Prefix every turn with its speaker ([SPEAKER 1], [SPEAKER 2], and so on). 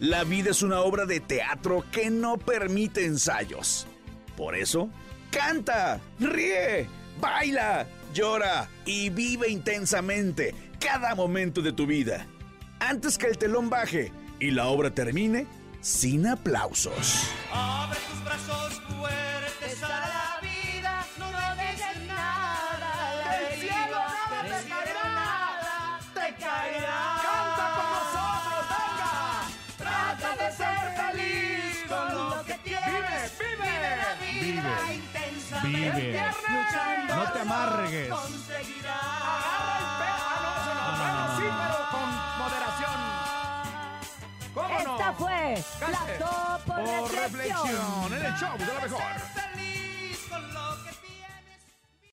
[SPEAKER 1] La vida es una obra de teatro que no permite ensayos. Por eso, canta, ríe, baila, llora y vive intensamente cada momento de tu vida. Antes que el telón baje y la obra termine sin aplausos.
[SPEAKER 2] Abre tus brazos fuertes a la vida, no dejes nada, la
[SPEAKER 3] Del cielo
[SPEAKER 2] deriva,
[SPEAKER 3] nada
[SPEAKER 2] del
[SPEAKER 3] te
[SPEAKER 2] cielo
[SPEAKER 3] caerá.
[SPEAKER 2] nada te caerá.
[SPEAKER 3] Canta con nosotros, venga.
[SPEAKER 2] Trata de ser feliz con lo que tienes.
[SPEAKER 3] Vive, vive.
[SPEAKER 2] Vive la vida
[SPEAKER 4] Vive.
[SPEAKER 2] intensamente.
[SPEAKER 4] Vive.
[SPEAKER 2] Luchando
[SPEAKER 4] No te amargues.
[SPEAKER 2] lo conseguirás.
[SPEAKER 3] Agarra el pe- ah, no, eso no. Bueno, sí, pero con moderación. ¿Cómo no?
[SPEAKER 5] Esta fue
[SPEAKER 3] Cante.
[SPEAKER 5] la Topo
[SPEAKER 4] O
[SPEAKER 1] Eh,
[SPEAKER 5] Reflexión.
[SPEAKER 4] reflexión en el show de la mejor.
[SPEAKER 2] Ser